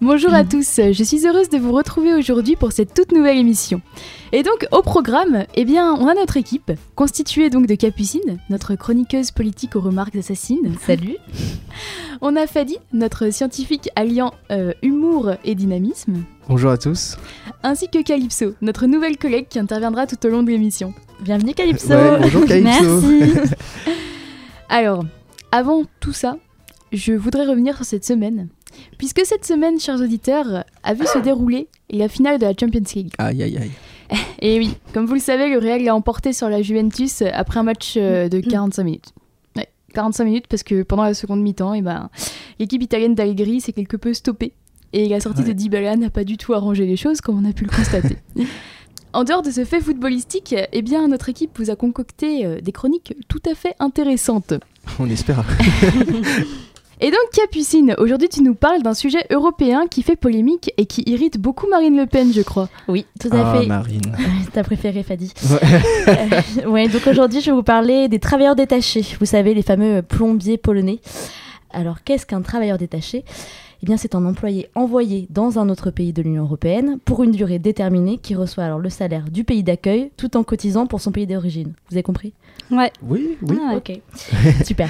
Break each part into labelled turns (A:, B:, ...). A: bonjour à tous, je suis heureuse de vous retrouver aujourd'hui pour cette toute nouvelle émission. Et donc au programme, eh bien, on a notre équipe, constituée donc de Capucine, notre chroniqueuse politique aux remarques assassines.
B: Salut.
A: On a Fadi, notre scientifique alliant euh, humour et dynamisme,
C: Bonjour à tous.
A: ainsi que Calypso, notre nouvelle collègue qui interviendra tout au long de l'émission.
B: Bienvenue Calypso.
C: Ouais, bonjour, Calypso.
B: Merci.
A: Alors, avant tout ça, je voudrais revenir sur cette semaine. Puisque cette semaine, chers auditeurs, a vu se dérouler la finale de la Champions League.
C: Aïe aïe aïe.
A: Et oui, comme vous le savez, le Real l'a emporté sur la Juventus après un match euh, de 45 minutes. Ouais, 45 minutes parce que pendant la seconde mi-temps, eh ben, l'équipe italienne d'Allegri s'est quelque peu stoppée. Et la sortie de
C: Ouais.
A: Dybala n'a pas du tout arrangé les choses, comme on a pu le constater. en dehors de ce fait footballistique, eh bien, notre équipe vous a concocté euh, des chroniques tout à fait intéressantes.
C: On espère.
A: Et donc Capucine, aujourd'hui tu nous parles d'un sujet européen qui fait polémique et qui irrite beaucoup Marine Le Pen, je crois.
B: Oui, tout à
C: Ah
B: fait.
C: Marine.
B: T'as préféré Fadi. Euh, ouais, donc aujourd'hui, je vais vous parler des travailleurs détachés. Vous savez, les fameux euh, plombiers polonais. Alors, qu'est-ce qu'un travailleur détaché Eh bien, c'est un employé envoyé dans un autre pays de l'Union européenne pour une durée déterminée qui reçoit alors le salaire du pays d'accueil tout en cotisant pour son pays d'origine. Vous avez compris
C: Oui, oui.
B: Ah, Ok. Super.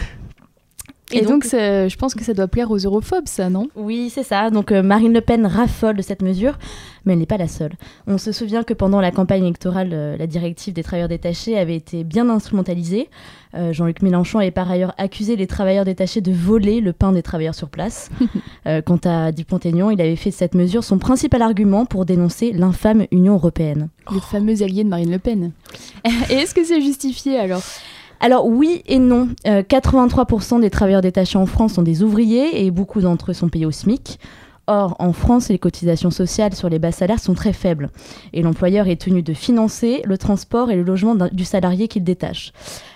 A: Et, donc, ça- je pense que ça doit plaire aux europhobes, ça, non
B: Oui, c'est ça. Donc euh, Marine Le Pen raffole de cette mesure, mais elle n'est pas la seule. On se souvient que pendant la campagne électorale, euh, la directive des travailleurs détachés avait été bien instrumentalisée. Euh, Jean-Luc Mélenchon avait par ailleurs accusé les travailleurs détachés de voler le pain des travailleurs sur place. Euh, quant à Dupont-Aignan, il avait fait de cette mesure son principal argument pour dénoncer l'infâme Union européenne.
A: Le fameux allié de Marine Le Pen. et est-ce que c'est justifié alors
B: Alors oui et non. Euh, 83% des travailleurs détachés en France sont des ouvriers et beaucoup d'entre eux sont payés au SMIC. Or, en France, les cotisations sociales sur les bas salaires sont très faibles et l'employeur est tenu de financer le transport et le logement d'un- du salarié qu'il détache.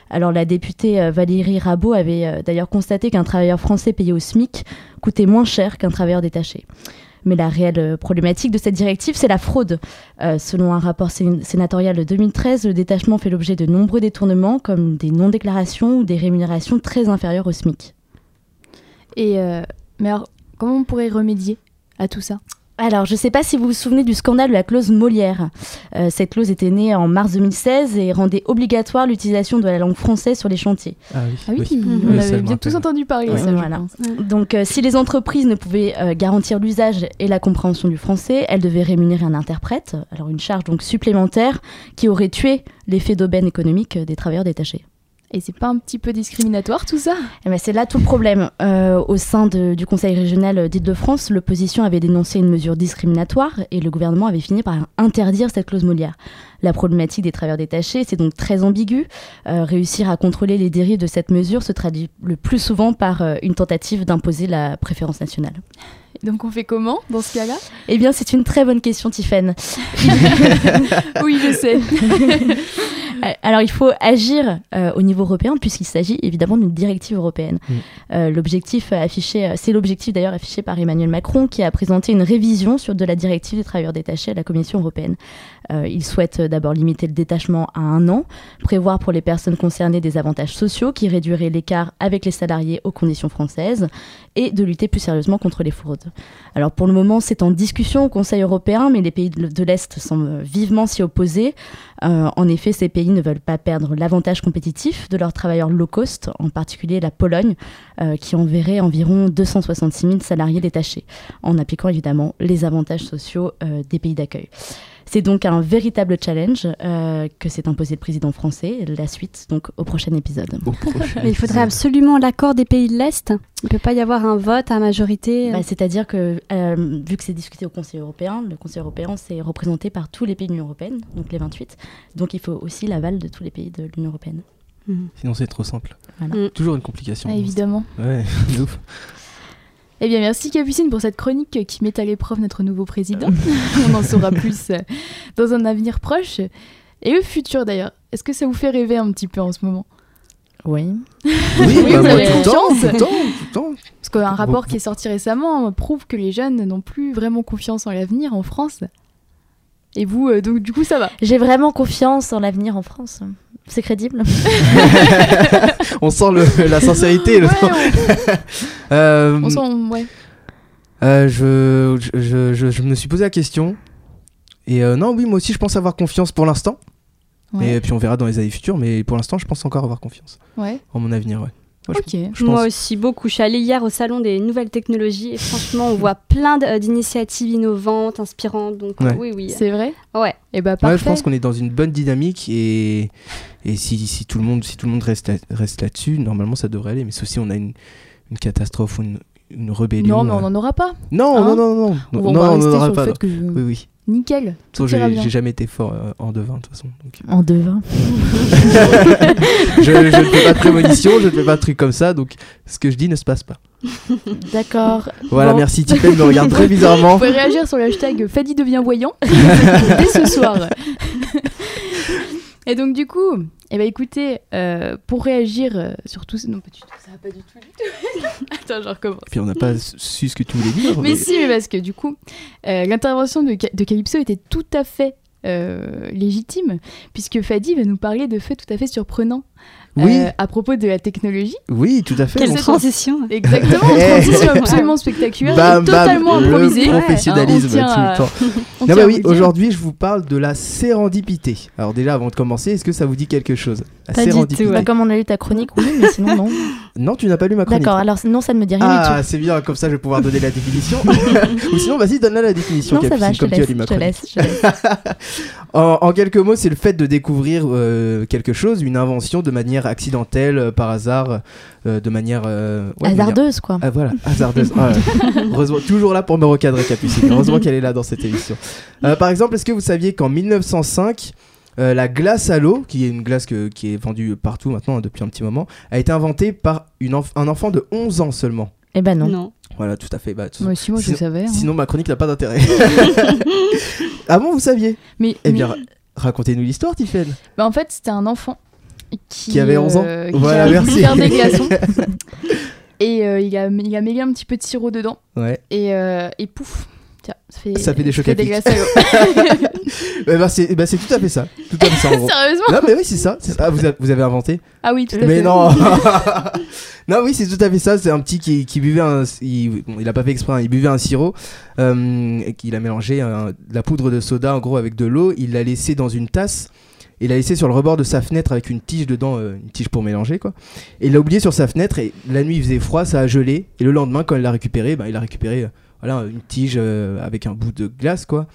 B: Alors la députée euh, Valérie Rabault avait euh, d'ailleurs constaté qu'un travailleur français payé au SMIC coûtait moins cher qu'un travailleur détaché. Mais la réelle euh, problématique de cette directive, c'est la fraude. Euh, selon un rapport sé- sénatorial de 2013, le détachement fait l'objet de nombreux détournements, comme des non-déclarations ou des rémunérations très inférieures au SMIC.
A: Et euh, mais alors, comment on pourrait remédier à tout ça
B: Alors, je ne sais pas si vous vous souvenez du scandale de la clause Molière. Euh, cette clause était née en mars 2016 et rendait obligatoire l'utilisation de la langue française sur les chantiers.
C: Ah oui.
A: Ah oui, on
C: Oui, ça,
A: avait
C: je me
A: bien tous
C: rappelle.
A: entendu parler,
B: Ouais.
A: ça, je
B: Voilà.
A: pense.
B: Donc, euh, si les entreprises ne pouvaient euh, garantir l'usage et la compréhension du français, elles devaient rémunérer un interprète, alors une charge donc supplémentaire qui aurait tué l'effet d'aubaine économique euh, des travailleurs détachés.
A: Et c'est pas un petit peu discriminatoire tout ça
B: Eh ben, c'est là tout le problème. Euh, au sein de- du Conseil régional d'Île-de-France, l'opposition avait dénoncé une mesure discriminatoire et le gouvernement avait fini par interdire cette clause Molière. La problématique des travailleurs détachés, c'est donc très ambigu. Euh, réussir à contrôler les dérives de cette mesure se traduit le plus souvent par euh, une tentative d'imposer la préférence nationale.
A: Donc on fait comment dans ce cas-là
B: Eh bien, c'est une très bonne question, Tiffaine.
A: Oui, je sais.
B: Euh, Alors, il faut agir euh, au niveau européen puisqu'il s'agit évidemment d'une directive européenne.
C: Mm.
B: Euh, l'objectif euh, affiché, euh, c'est l'objectif d'ailleurs affiché par Emmanuel Macron qui a présenté une révision sur de la directive des travailleurs détachés à la Commission européenne. Euh, il souhaite euh, d'abord limiter le détachement à un an, prévoir pour les personnes concernées des avantages sociaux qui réduiraient l'écart avec les salariés aux conditions françaises et de lutter plus sérieusement contre les fraudes. Alors pour le moment, c'est en discussion au Conseil européen, mais les pays de de l'Est semblent vivement s'y opposer. Euh, en effet, ces pays ne veulent pas perdre l'avantage compétitif de leurs travailleurs low cost, en particulier la Pologne, euh, qui enverrait environ 266 000 salariés détachés, en appliquant évidemment les avantages sociaux euh, des pays d'accueil. C'est donc un véritable challenge euh, que s'est imposé le président français. La suite, donc, au prochain épisode.
C: Au prochain
D: Mais il
C: épisode.
D: faudrait absolument l'accord des pays de l'Est. Il ne peut pas y avoir un vote à majorité.
B: Bah, C'est-à-dire que, euh, vu que c'est discuté au Conseil européen, le Conseil européen, c'est représenté par tous les pays de l'Union européenne, donc les 28. Donc, il faut aussi l'aval de tous les pays de l'Union européenne.
C: Sinon c'est trop simple.
B: Voilà.
D: Mm.
C: Toujours une complication.
A: Ah, évidemment.
C: Ouais, de ouf.
A: Eh bien, merci Capucine pour cette chronique qui met à l'épreuve notre nouveau président. On en saura plus euh, dans un avenir proche. Et le futur d'ailleurs. Est-ce que ça vous fait rêver un petit peu en ce moment
B: Oui.
C: Oui,
A: Oui,
C: bah,
A: vous
C: moi,
A: avez
C: tout le temps,
A: confiance.
C: tout le temps, tout le temps.
A: Parce qu'un
C: Vous-
A: rapport
C: vous-
A: qui est sorti récemment prouve que les jeunes n'ont plus vraiment confiance en l'avenir en France. Et vous, euh, donc du coup, ça va.
B: J'ai vraiment confiance en l'avenir en France. C'est crédible.
C: On sent le- la sincérité. le
A: Ouais,
C: Euh,
A: on, on sent, ouais.
C: Euh, je, je- je, je, je me suis posé la question. Et euh, non, oui, moi aussi, je pense avoir confiance pour l'instant.
A: Ouais.
C: Et puis on verra dans les années futures, mais pour l'instant, je pense encore avoir confiance
A: Ouais.
C: en mon avenir. Ouais. Ouais, je-
A: Ok.
C: je pense.
D: Moi aussi, beaucoup. Je suis allée hier au salon des nouvelles technologies et franchement, on voit plein d- euh, d'initiatives innovantes, inspirantes. Donc, euh,
C: Ouais.
D: oui, oui.
A: C'est vrai
D: Ouais.
A: Et bah
C: Ouais,
A: parfait.
C: je pense qu'on est dans une bonne dynamique et, et si, si tout le monde, si tout le monde reste, là- reste là-dessus, normalement ça devrait aller. Mais sauf si on a une, une catastrophe ou une, une
A: non,
C: rébellion.
A: mais on
C: euh.
A: n'en aura pas.
C: non,
A: hein
C: non, non, non,
A: On
C: non,
A: va- on
C: non,
A: va
C: on
A: rester
C: n'en aura
A: sur le
C: pas.
A: fait que... euh,
C: Oui, oui.
A: Nickel.
C: Toi,
A: Tout ira
C: j'ai
A: bien.
C: j'ai jamais été fort euh, en devin de toute façon. donc,
B: En devin.
C: euh, je je ne fais pas de prémonition, je ne fais pas de trucs comme ça, donc ce que je dis ne se passe pas.
B: D'accord.
C: Voilà,
B: Bon.
C: merci. Tipel me regarde très bizarrement.
A: Vous pouvez réagir sur le hashtag Fadi devient voyant dès ce soir. Et donc du coup, eh ben, écoutez, euh, pour réagir euh, sur tout ça, non pas du tout, ça va pas du tout. du tout. Attends, je recommence.
C: Puis on n'a pas su ce que tu voulais dire.
A: Mais si, mais parce que du coup, euh, l'intervention de, Ca- de Calypso était tout à fait euh, légitime, puisque Fadi va nous parler de faits tout à fait surprenants
C: Oui,
A: euh, à propos de la technologie.
C: oui, tout à fait.
A: Quel
D: Quelle
A: bon
D: transition hein.
A: Exactement, une
C: Hey.
A: transition absolument spectaculaire, et
C: Bam, bam,
A: totalement improvisée.
C: le professionnalisme
A: Ouais, hein, on tient
C: tout
A: à-
C: le temps.
A: On
C: Non,
A: tient
C: bah
A: à
C: oui,
A: vous dire.
C: aujourd'hui, je vous parle de la sérendipité. Alors, déjà, avant de commencer, est-ce que ça vous dit quelque chose La
D: Pas du tout,
B: Bah,
D: ouais.
B: comme on a lu ta chronique, oui, mais sinon, non.
C: Non, tu n'as pas lu ma chronique.
B: D'accord, alors non, ça ne me dit rien
C: Ah,
B: du
C: c'est bien, comme ça, je vais pouvoir donner la définition. Ou sinon, vas-y, donne-la la
B: tout.
C: définition,
B: Non, ça va,
C: Capucine,
B: je te,
C: comme tu as
B: laisse,
C: lu ma
B: je te
C: chronique.
B: laisse. je te laisse.
C: En, en quelques mots, c'est le fait de découvrir euh, quelque chose, une invention, de manière accidentelle, euh, par hasard, euh, de manière... euh, ouais, de manière-
B: Hasardeuse, quoi.
C: Ah voilà, hasardeuse. Ah, ouais. heureusement, toujours là pour me recadrer, Capucine. Heureusement qu'elle est là dans cette émission. Euh, par exemple, est-ce que vous saviez qu'en 1905, euh, la glace à l'eau, qui est une glace que- qui est vendue partout maintenant hein, depuis un petit moment, a été inventée par une enf- un enfant de 11 ans seulement.
B: Eh ben non.
D: Non.
C: Voilà, tout à fait. Bah, tout-
A: Moi aussi, moi je le
C: Sinon-
A: savais. hein.
C: Sinon, ma chronique n'a pas d'intérêt. ah bon, vous saviez
A: Mais,
C: Eh
A: mais-
C: bien, ra- racontez-nous l'histoire, Tiffen.
A: bah, en fait, c'était un enfant qui,
C: Qui avait 11 ans.
A: euh, qui
C: Voilà,
A: a voulu
C: merci.
A: faire des glaçons. et euh, il, a, il a mêlé un petit peu de sirop dedans.
C: Ouais.
A: Et, euh, et pouf. Tiens, ça fait,
C: Ça fait des chocs à
A: des
C: pic.
A: glaces à l'eau.
C: Eh ben, c'est eh ben, c'est tout à fait ça. Tout à fait ça, en gros.
A: Sérieusement
C: Non, mais oui, c'est ça. c'est ça. Ah, vous, a- vous avez inventé
A: Ah oui, tout à fait.
C: Mais non Non, oui, c'est tout à fait ça. C'est un petit qui, qui buvait un. Il, bon, il a pas fait exprès, hein, il buvait un sirop euh, et qu'il a mélangé euh, de la poudre de soda en gros avec de l'eau. Il l'a laissé dans une tasse. Il l'a laissé sur le rebord de sa fenêtre avec une tige dedans, euh, une tige pour mélanger quoi. Et il l'a oublié sur sa fenêtre et la nuit il faisait froid, ça a gelé. Et le lendemain, quand il l'a récupéré, bah, il a récupéré euh, voilà, une tige euh, avec un bout de glace quoi.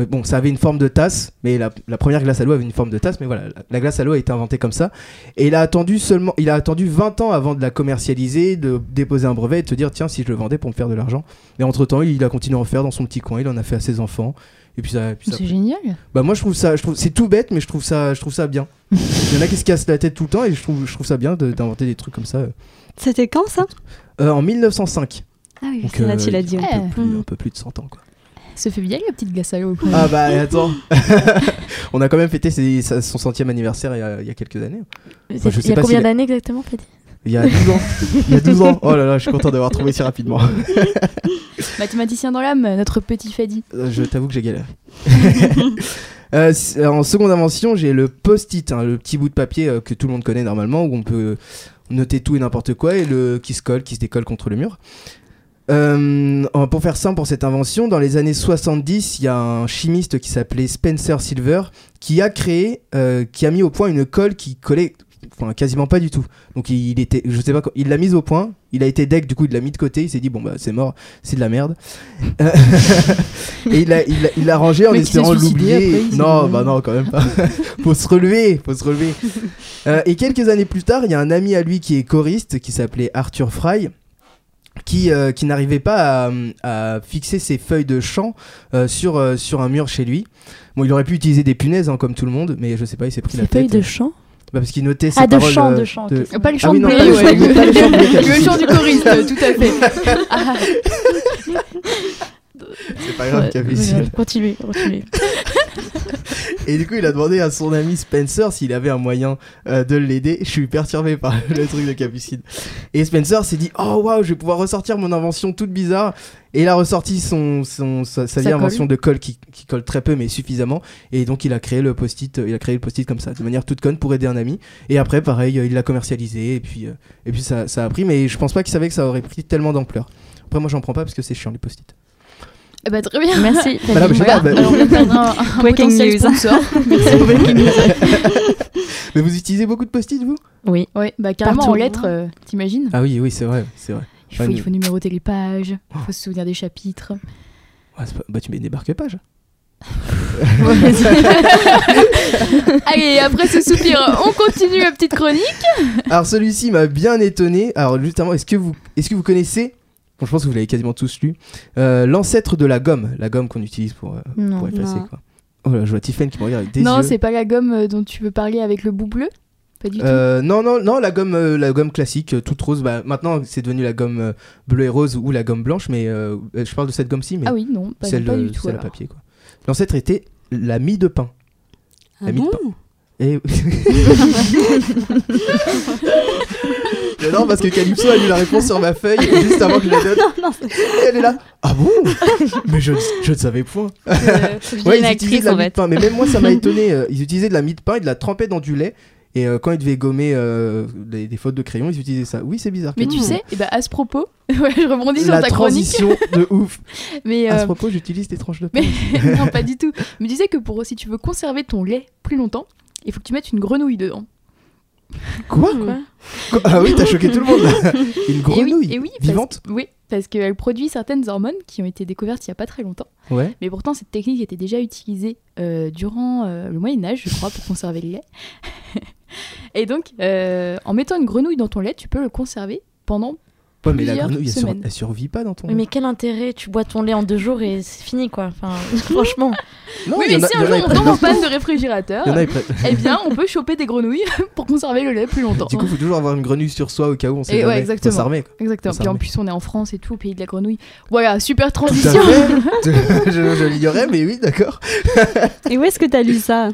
C: Euh, bon, ça avait une forme de tasse, mais la, la première glace à l'eau avait une forme de tasse, mais voilà, la- la glace à l'eau a été inventée comme ça. Et il a attendu seulement, il a attendu 20 ans avant de la commercialiser, de déposer un brevet et de se dire tiens si je le vendais pour me faire de l'argent. Mais entre temps, il a continué à en faire dans son petit coin, il en a fait à ses enfants. Et puis ça, et puis ça-
A: C'est génial.
C: bah moi je trouve ça, je trouve c'est tout bête, mais je trouve ça, je trouve ça bien. il y en a qui se cassent la tête tout le temps et je trouve, je trouve ça bien de- d'inventer des trucs comme ça.
D: C'était quand ça
C: Euh, en 1905,
D: Ah oui,
C: Donc,
D: c'est là
C: euh,
D: tu l'as dit.
C: un,
D: ouais.
A: Eh.
C: peu plus,
D: Mm.
C: un peu plus de 100 ans quoi.
A: Ça fait bien la petite glace à l'eau. quand même.
C: Ah bah attends, on a quand même fêté ses- sa- son centième anniversaire il y a- il y a quelques années.
B: C'est-
C: je sais
B: Il y a
C: pas
B: combien
C: s'il-
B: d'années exactement, Fadi
C: Il y a 12 ans. Il y a 12 ans. Oh là là, je suis content d'avoir trouvé si rapidement.
A: Mathématicien dans l'âme, notre petit Fadi.
C: Euh, Je t'avoue que j'ai galéré. Euh, s- euh, en seconde invention, j'ai le post-it, hein, le petit bout de papier euh, que tout le monde connaît normalement, où on peut noter tout et n'importe quoi, et le qui se colle, qui se décolle contre le mur. Euh, en- pour faire simple pour cette invention, dans les années 70, il y a un chimiste qui s'appelait Spencer Silver qui a créé, euh, qui a mis au point une colle qui collait enfin, quasiment pas du tout. Donc il, il était, je sais pas, quoi- il l'a mise au point, il a été deck, du coup il l'a mis de côté, il s'est dit bon bah c'est mort, c'est de la merde. Euh, et il l'a il l'a- il l'a rangé en
A: Mais qui s'est
C: espérant
A: suicidé après,
C: l'oublier.
A: il s'est
C: Non,
A: dit,
C: bah
A: bon.
C: non, quand même pas. faut se relever, faut se relever. Euh, et quelques années plus tard, il y a un ami à lui qui est choriste, qui s'appelait Arthur Fry, qui, euh, qui n'arrivait pas à, à fixer ses feuilles de chant euh, sur, euh, sur un mur chez lui. Bon, il aurait pu utiliser des punaises, hein, comme tout le monde, mais je sais pas, il s'est pris
B: C'est
C: la
B: pas eu
C: tête.
B: de chant
C: Bah, parce qu'il notait ses
B: Ah, de
C: paroles,
B: chant,
C: euh,
B: de chant. ok, ça
A: Pas le chant
C: oui,
A: de
C: non,
A: blé,
C: pas le
A: ouais.
C: chant de blé, pas le chant de blé,
A: Le
C: Calypso.
A: chant du choriste, euh, tout à fait. Ah,
C: C'est pas grave,
B: Ouais,
C: Capucine.
B: ouais, Continuez, continuez.
C: Et du coup, il a demandé à son ami Spencer s'il avait un moyen euh, de l'aider. Je suis perturbé par le truc de Capucine. Et Spencer s'est dit Oh waouh, je vais pouvoir ressortir mon invention toute bizarre. Et il a ressorti son, son, sa, sa
A: Ça
C: vieille
A: colle.
C: invention de colle qui, qui colle très peu, mais suffisamment. Et donc, il a créé le post-it euh, il a créé le post-it comme ça, de manière toute conne pour aider un ami. Et après, pareil, euh, il l'a commercialisé. Et puis, euh, et puis ça, ça a pris. Mais je pense pas qu'il savait que ça aurait pris tellement d'ampleur. Après, moi, j'en prends pas parce que c'est chiant les post-it.
A: Eh bah, très bien.
B: Merci.
C: Bah non, mais je sais
A: Voilà.
C: pas, bah-
A: Alors, on perdra un- un
D: Quaking
A: potentiel
D: news.
A: sponsor.
C: mais vous utilisez beaucoup de post-it, vous
B: Oui.
A: Ouais, bah carrément
B: Partout.
A: en lettres, euh, t'imagines
C: Ah oui, oui, c'est vrai, c'est vrai.
A: il faut,
C: Ouais,
A: il
C: mais-
A: faut numéroter les pages, il faut se souvenir des chapitres.
C: Ouais, c'est pas- Bah, tu mets des marque-pages.
A: Allez, après ce soupir, on continue ma petite chronique.
C: Alors celui-ci m'a bien étonné. Alors justement, est-ce que vous, est-ce que vous connaissez Bon, je pense que vous l'avez quasiment tous lu. euh, L'ancêtre de la gomme, la gomme qu'on utilise pour, euh,
B: Non.
C: pour effacer.
D: Non.
C: Quoi. Oh là, je vois Tiffany qui me regarde avec des
A: non,
C: yeux.
A: c'est pas la gomme euh, dont tu veux parler avec le bout bleu Pas du tout.
C: Euh, non, non, non, la gomme, euh, la gomme classique, euh, toute rose. Bah, maintenant, c'est devenu la gomme euh, bleue et rose ou la gomme blanche, mais euh, je parle de cette gomme-ci, mais
A: Ah oui, non, pas,
C: celle,
A: pas
C: euh,
A: du tout.
C: celle à
A: alors.
C: papier. quoi. L'ancêtre était la mie de pain.
D: Ah
C: La mie de
D: bon
C: Et... J'adore parce que Calypso a lu la réponse sur ma feuille juste avant que je la donne.
D: non,
C: Et elle est là. Ah bon Mais je, je ne savais point.
D: Euh, je deviens
C: Ouais,
D: une
C: ils utilisaient
D: actrice
C: de la
D: en
C: mie de
D: fait.
C: pain. Mais même moi, ça m'a étonné. Euh, Ils utilisaient de la mie de pain, ils la trempaient dans du lait. Et euh, quand ils devaient gommer euh, des, des fautes de crayon, ils utilisaient ça. Oui, c'est bizarre.
A: Mais tu
C: Mmh.
A: sais, eh ben, à ce propos, ouais, je rebondis sur
C: la
A: ta chronique,
C: transition de ouf.
A: mais
C: À
A: euh,
C: ce propos, j'utilise des tranches de pain.
A: Mais non, pas du tout. Mais disais que pour si tu veux conserver ton lait plus longtemps, il faut que tu mettes une grenouille dedans.
C: Quoi
D: Quoi
C: Quoi Ah oui, t'as choqué tout le monde. Une
A: Et Eh oui,
C: grenouille
A: et oui, parce-
C: vivante.
A: Oui, parce qu'elle produit certaines hormones qui ont été découvertes il y a pas très longtemps.
C: Ouais.
A: Mais pourtant, cette technique était déjà utilisée euh, durant euh, le Moyen Âge, je crois, pour conserver le lait. et donc, euh, en mettant une grenouille dans ton lait, tu peux le conserver pendant.
C: Ouais, mais la
A: Plusieurs
C: grenouille, elle, sur-
A: semaines.
C: elle survit pas dans ton.
B: Oui, mais quel intérêt Tu bois ton lait en deux jours et c'est fini, quoi. Enfin, franchement.
C: Non,
A: oui,
C: il y
A: mais
C: en a-
A: si
C: il
A: un
C: y en
A: jour
C: a, ils
A: on
C: prennent
A: tombe en
C: leur-
A: panne de réfrigérateur,
C: il y en a, ils prennent-
A: eh bien, on peut choper des grenouilles pour conserver le lait plus longtemps.
C: Du coup, faut toujours avoir une grenouille sur soi au cas où on sait
A: Et ouais,
C: jamais. Faut
A: exactement.
C: s'armer, quoi.
A: Exactement.
C: Ça
A: Puis en
C: remet.
A: plus, on est en France et tout, au pays de la grenouille. Voilà, super
C: Tout à
A: transition.
C: fait. je je l'ignorais, mais oui, d'accord.
D: Et où est-ce que t'as lu ça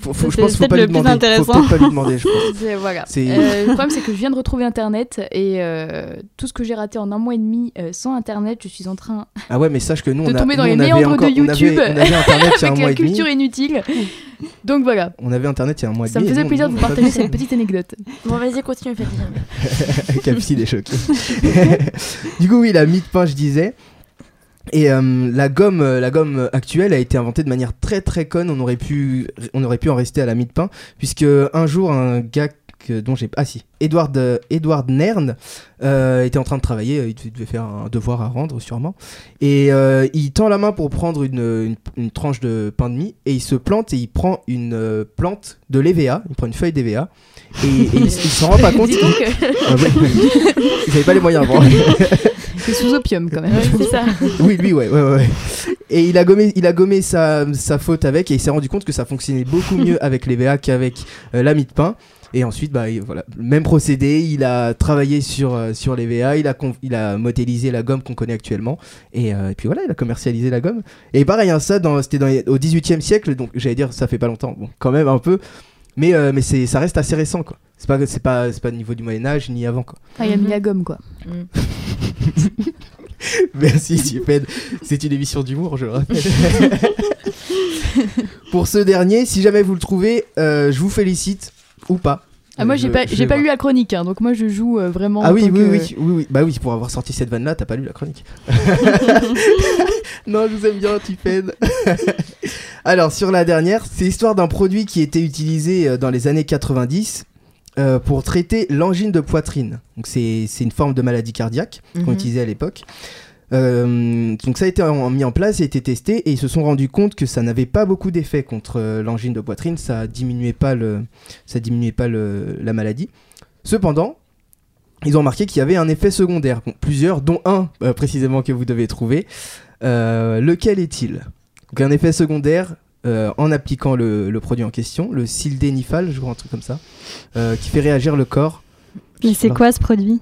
C: Faut, faut- je
D: C'était
C: pense faut
D: peut-être
C: pas
D: le
C: lui
D: plus
C: demander. Faut
D: intéressant.
C: peut-être pas lui demander, je pense.
A: C'est- voilà.
C: C'est-
A: Euh, le problème, c'est que je viens de retrouver Internet et euh, tout ce que j'ai raté en un mois et demi euh, sans Internet, je suis en train,
C: Ah ouais, mais sache que nous,
A: De
C: on, a,
A: tomber dans
C: nous,
A: les
C: on avait
A: méandres
C: encore,
A: de
C: on avait-
A: YouTube.
C: on avait Internet il y a un
A: avec
C: mois
A: la
C: et demi.
A: culture inutile. Donc voilà,
C: On avait Internet il y a un mois et
A: ça
C: demi.
A: me
C: et
A: faisait
C: nous,
A: plaisir de
C: nous,
A: vous
C: on a pas
A: partager
C: vu ça,
A: cette
C: nous.
A: petite anecdote.
B: Bon, vas-y, continue, fais dire.
C: Capsule est choqué. du coup, oui, la mie de pain, je disais. Et euh, la gomme, euh, la gomme actuelle a été inventée de manière très très conne. On aurait pu, on aurait pu en rester à la mie de pain, puisque un jour un gars que- dont j'ai ah si Edward euh, Edward Nern euh, était en train de travailler. euh, Il devait faire un devoir à rendre sûrement. Et euh, il tend la main pour prendre une, une- une tranche de pain de mie et il se plante et il prend une euh, plante de l'EVA. Il prend une feuille d'EVA et, et il, il s'en rend pas compte.
A: Dis donc, euh,
C: Ah ouais. Ils avaient pas les moyens avant.
A: c'est sous opium quand même.
B: c'est ça.
C: oui, lui, ouais, ouais, ouais. Et il a gommé, il a gommé sa, sa faute avec et il s'est rendu compte que ça fonctionnait beaucoup mieux avec les VA qu'avec euh, la mie de pain. Et ensuite, bah, il- voilà, le même procédé, il a travaillé sur, euh, sur les VA, il a, con- il a modélisé la gomme qu'on connaît actuellement. Et, euh, et puis voilà, il a commercialisé la gomme. Et pareil, hein, ça, dans- c'était dans les- au 18 e siècle, donc j'allais dire, ça fait pas longtemps, bon, quand même un peu. Mais, euh, mais c'est- ça reste assez récent, quoi. C'est pas, c'est pas, c'est pas au niveau du Moyen-Âge ni avant, quoi.
A: Ah, il a mis la gomme quoi.
C: Merci Stupid. C'est une émission d'humour, je le rappelle. Pour ce dernier, si jamais vous le trouvez, euh, je vous félicite ou pas.
A: Ah, moi,
C: Je-
A: j'ai pas,
C: je
A: j'ai
C: vais
A: pas
C: voir.
A: lu la chronique, hein, donc moi je joue euh, vraiment.
C: Ah
A: en
C: oui
A: tant
C: oui,
A: que-
C: oui, oui, oui. Bah oui, pour avoir sorti cette vanne-là, t'as pas lu la chronique. non, je vous aime bien, Tiffen. Alors, sur la dernière, c'est l'histoire d'un produit qui était utilisé euh, dans les années 90 euh, pour traiter l'angine de poitrine. Donc, c'est c'est une forme de maladie cardiaque qu'on
B: Mhm.
C: utilisait à l'époque. Euh, donc ça a été en- mis en place, ça a été testé et ils se sont rendus compte que ça n'avait pas beaucoup d'effet contre euh, l'angine de poitrine, ça diminuait pas le, ça diminuait pas le- la maladie. Cependant, ils ont remarqué qu'il y avait un effet secondaire, bon, plusieurs, dont un euh, précisément que vous devez trouver. Euh, lequel est-il Donc un effet secondaire euh, en appliquant le, le produit en question, le sildenifal, je crois un truc comme ça, euh, qui fait réagir le corps
D: Mais c'est
C: pas.
D: quoi ce produit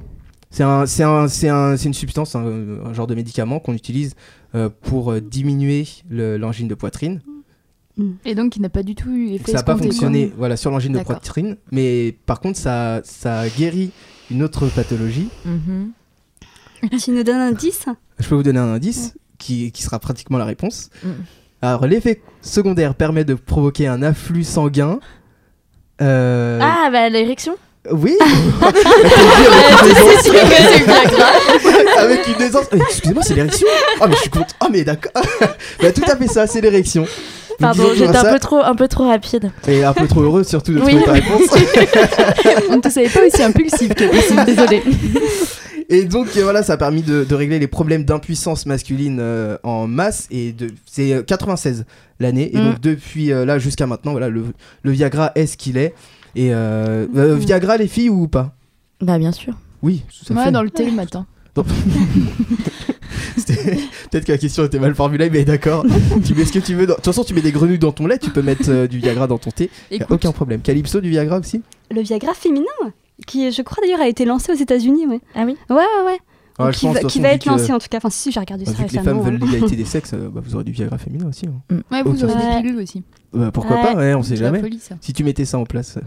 C: c'est un, c'est un, c'est un- c'est une substance, un, un genre de médicament qu'on utilise euh, pour euh, diminuer le- l'angine de poitrine.
A: Et donc il n'a pas du tout eu
C: Donc
A: l'effet
C: ça n'a pas
A: escompté, quoi.
C: fonctionné, voilà, sur l'angine de
A: D'accord.
C: poitrine, mais par contre, ça, ça guérit une autre pathologie.
B: Mhm.
D: Tu nous donnes un 10
C: Je peux vous donner un
A: Mm.
C: indice qui, qui sera pratiquement la réponse.
B: Mm.
C: Alors, l'effet secondaire permet de provoquer un afflux sanguin. Euh,
B: Ah, bah l'érection
C: Oui.
A: Ouais, c'est- c'est- c'est- c'est- c'est- c'est- c'est-
C: avec une aisance. Euh, Excusez-moi, c'est l'érection Ah, mais je suis contre. Ah, mais d'accord. bah, tout à fait ça, c'est l'érection. Vous
B: Pardon,
C: disiez toujours
B: j'étais un
C: ça,
B: peu trop, un peu trop rapide.
C: Et un peu trop heureux, surtout de
A: Oui.
C: trouver ta réponse.
A: On ne te savait pas aussi impulsif que possible, désolée.
C: Et donc euh, voilà, ça a permis de, de régler les problèmes d'impuissance masculine euh, en masse. Et de- c'est euh, 96 l'année. Et
B: Mm.
C: donc depuis euh, là jusqu'à maintenant, voilà, le, le Viagra est ce qu'il est. Et euh, euh,
A: Mm.
C: Viagra les filles ou pas
B: Bah bien sûr.
C: Oui, ça
A: Moi,
C: fait. Ah.
A: dans le thé le matin.
C: C'était- Peut-être que la question était mal formulée, mais d'accord. tu mets ce que tu veux. Dans... De toute façon, tu mets des grenouilles dans ton lait, tu peux mettre euh, du Viagra dans ton thé. Y a
B: Ah
A: Écoute,
C: aucun problème. Calypso du Viagra aussi
D: Le Viagra féminin, qui je crois d'ailleurs a été lancé aux États-Unis, ouais.
B: Ah oui
D: Ouais, ouais, ouais.
C: Ah,
D: Ou
C: je
D: qui
C: pense,
D: va,
C: de toute
D: qui
C: façon,
D: va
C: vu
D: être
C: que- euh,
D: lancé en tout cas. Enfin, si, si, j'ai regardé ça
C: Vu que les femmes
D: récemment.
C: veulent
D: hein.
C: l'égalité des sexes, euh, bah, vous aurez du Viagra féminin aussi. hein.
A: ouais, vous
C: aucun-
A: aurez
D: Ouais.
A: des pilules aussi.
C: Bah, pourquoi
D: Ouais.
C: pas ouais, On sait
A: C'est la
C: jamais.
A: folie, ça.
C: Si tu mettais ça en place, euh,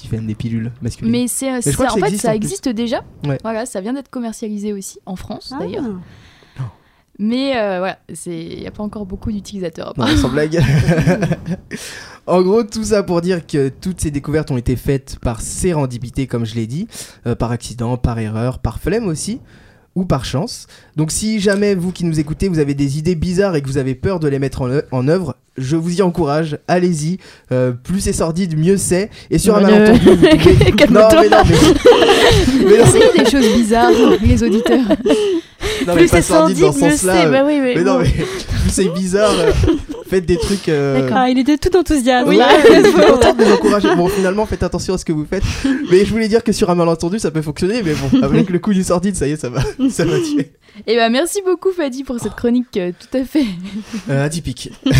C: tu fais des pilules masculines.
A: Mais c'est,
C: je crois
A: c'est-
C: que
A: en fait,
C: ça existe en
A: ça
C: plus.
A: existe déjà.
C: Ouais.
A: Voilà, ça vient d'être commercialisé aussi en France
D: Ah.
A: d'ailleurs. Mais euh, voilà, c'est il n'y a pas encore beaucoup d'utilisateurs.
C: Non, sans blague. en gros, tout ça pour dire que toutes ces découvertes ont été faites par sérendipité, comme je l'ai dit, euh, par accident, par erreur, par flemme aussi, ou par chance. Donc, si jamais vous qui nous écoutez, vous avez des idées bizarres et que vous avez peur de les mettre en, oe- en œuvre, je vous y encourage. Allez-y. Euh, plus c'est sordide, mieux c'est. Et sur un
B: Bon, euh,
C: malentendu, vous pouvez- Non,
B: Calme-toi.
C: mais non, mais. mais non,
A: Essayez des choses bizarres, les auditeurs.
C: non, mais
B: Plus
C: pas
B: c'est sordide,
C: dans ce
B: mieux
C: sens-là.
B: c'est.
C: euh,
B: Bah oui, mais.
C: mais non,
B: bon.
C: mais plus c'est bizarre. euh, faites des trucs. euh,
B: D'accord.
D: Ah, il était tout enthousiaste.
C: Oui,
D: là.
C: je suis content de vous encourager. Bon, finalement, faites attention à ce que vous faites. Mais je voulais dire que sur un malentendu, ça peut fonctionner. Mais bon, avec le coup du sordide, ça y est, ça va, ça va tuer.
A: Et ben merci beaucoup Fadi pour cette chronique euh, tout à fait.
C: Euh, atypique.
A: C'est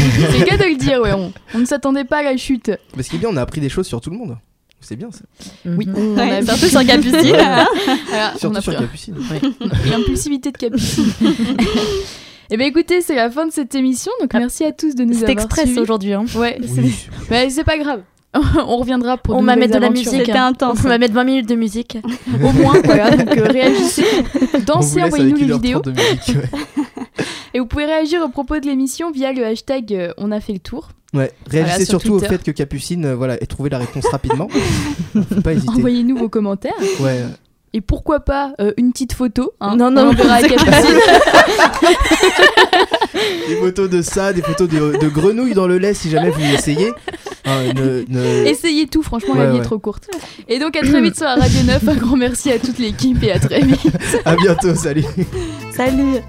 A: le cas de le dire, ouais. On, on ne s'attendait pas à la chute.
C: Mais ce qui est bien, on a appris des choses sur tout le monde. C'est bien ça.
A: Oui,
B: Mhm.
A: on
D: Ouais,
A: a
D: surtout sur Capucine.
A: Voilà, Ah, on
C: Surtout
A: a
C: sur
A: pris-
C: Capucine.
A: l'impulsivité de Capucine. Et ben écoutez, c'est la fin de cette émission, donc
C: Ah.
A: merci à tous de nous
B: C'est
A: avoir
B: express
A: suivis.
B: aujourd'hui. Hein.
A: Ouais, c'est- mais c'est pas grave. on reviendra pour
B: On
A: de
B: m'a
A: nouvelles
B: mettre de la
A: aventures.
B: musique.
D: C'était intense.
B: On va mettre 20 minutes de musique.
A: au moins, voilà, donc euh, réagissez, dansez, envoyez-nous les vidéos. Et vous pouvez réagir au propos de l'émission via le hashtag euh, on a fait le tour.
C: Ouais, réagissez
A: Voilà, sur
C: surtout au
A: Twitter.
C: fait que Capucine, euh, voilà, ait trouvé la réponse rapidement. Faut pas hésiter.
A: Envoyez-nous vos commentaires.
C: Ouais.
A: Et pourquoi pas euh, une petite photo hein.
B: Non, non,
A: on verra à
B: c'est-
A: Capucine.
C: Des photos de ça, des photos de, de grenouilles dans le lait, si jamais vous essayez. Hein, ne- ne-
A: Essayez tout, franchement, la
C: Ouais,
A: vie
C: ouais.
A: est trop courte. Et donc, à très vite sur la Radio 9. Un grand merci à toute l'équipe et à très vite.
C: À bientôt, salut.
D: Salut.